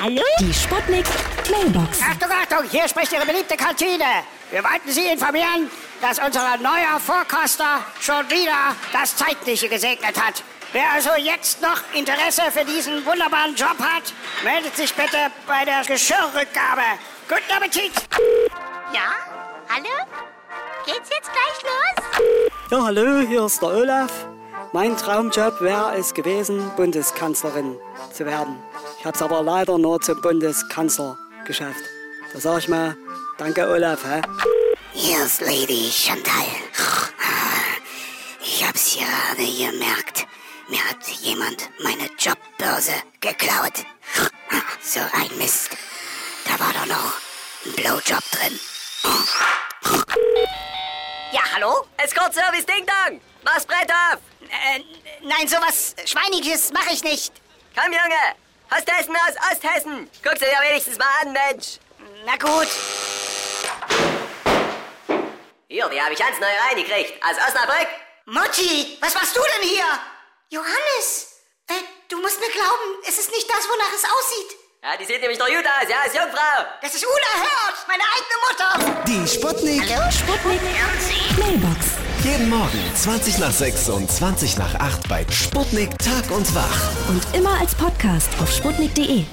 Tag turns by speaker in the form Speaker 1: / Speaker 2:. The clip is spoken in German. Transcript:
Speaker 1: Hallo?
Speaker 2: Die Sputnik Mailbox.
Speaker 3: Achtung, Achtung, hier spricht Ihre beliebte Kantine. Wir wollten Sie informieren, dass unser neuer Vorkoster schon wieder das Zeitliche gesegnet hat. Wer also jetzt noch Interesse für diesen wunderbaren Job hat, meldet sich bitte bei der Geschirrrückgabe. Guten Appetit!
Speaker 1: Ja? Hallo? Geht's jetzt gleich los?
Speaker 4: Ja, hallo, hier ist der Olaf. Mein Traumjob wäre es gewesen, Bundeskanzlerin zu werden. Ich habe es aber leider nur zum Bundeskanzler geschafft. Da sag ich mal, danke Olaf. Hä?
Speaker 5: Hier ist Lady Chantal. Ich hab's gerade gemerkt. Mir hat jemand meine Jobbörse geklaut. So ein Mist. Da war doch noch ein Blowjob drin.
Speaker 6: Ja, hallo? Escort-Service Ding Dong! Mach's Brett auf!
Speaker 3: Äh, nein, sowas Schweiniges mache ich nicht.
Speaker 6: Komm, Junge! Hast Hessen aus Osthessen! Guck's dir ja wenigstens mal an, Mensch!
Speaker 3: Na gut.
Speaker 6: Hier, die habe ich ganz neu reingekriegt. Aus Osnabrück!
Speaker 7: Mochi, was machst du denn hier? Johannes, äh, du musst mir glauben, es ist nicht das, wonach es aussieht.
Speaker 6: Ja, die sieht nämlich noch gut aus, ja, ist Jungfrau!
Speaker 7: Das ist unerhört, meine eigene Mutter.
Speaker 8: Die Sputnik.
Speaker 2: Sputnik Mailbox.
Speaker 8: Jeden Morgen 20 nach 6 und 20 nach 8 bei Sputnik Tag und Wach.
Speaker 2: Und immer als Podcast auf sputnik.de.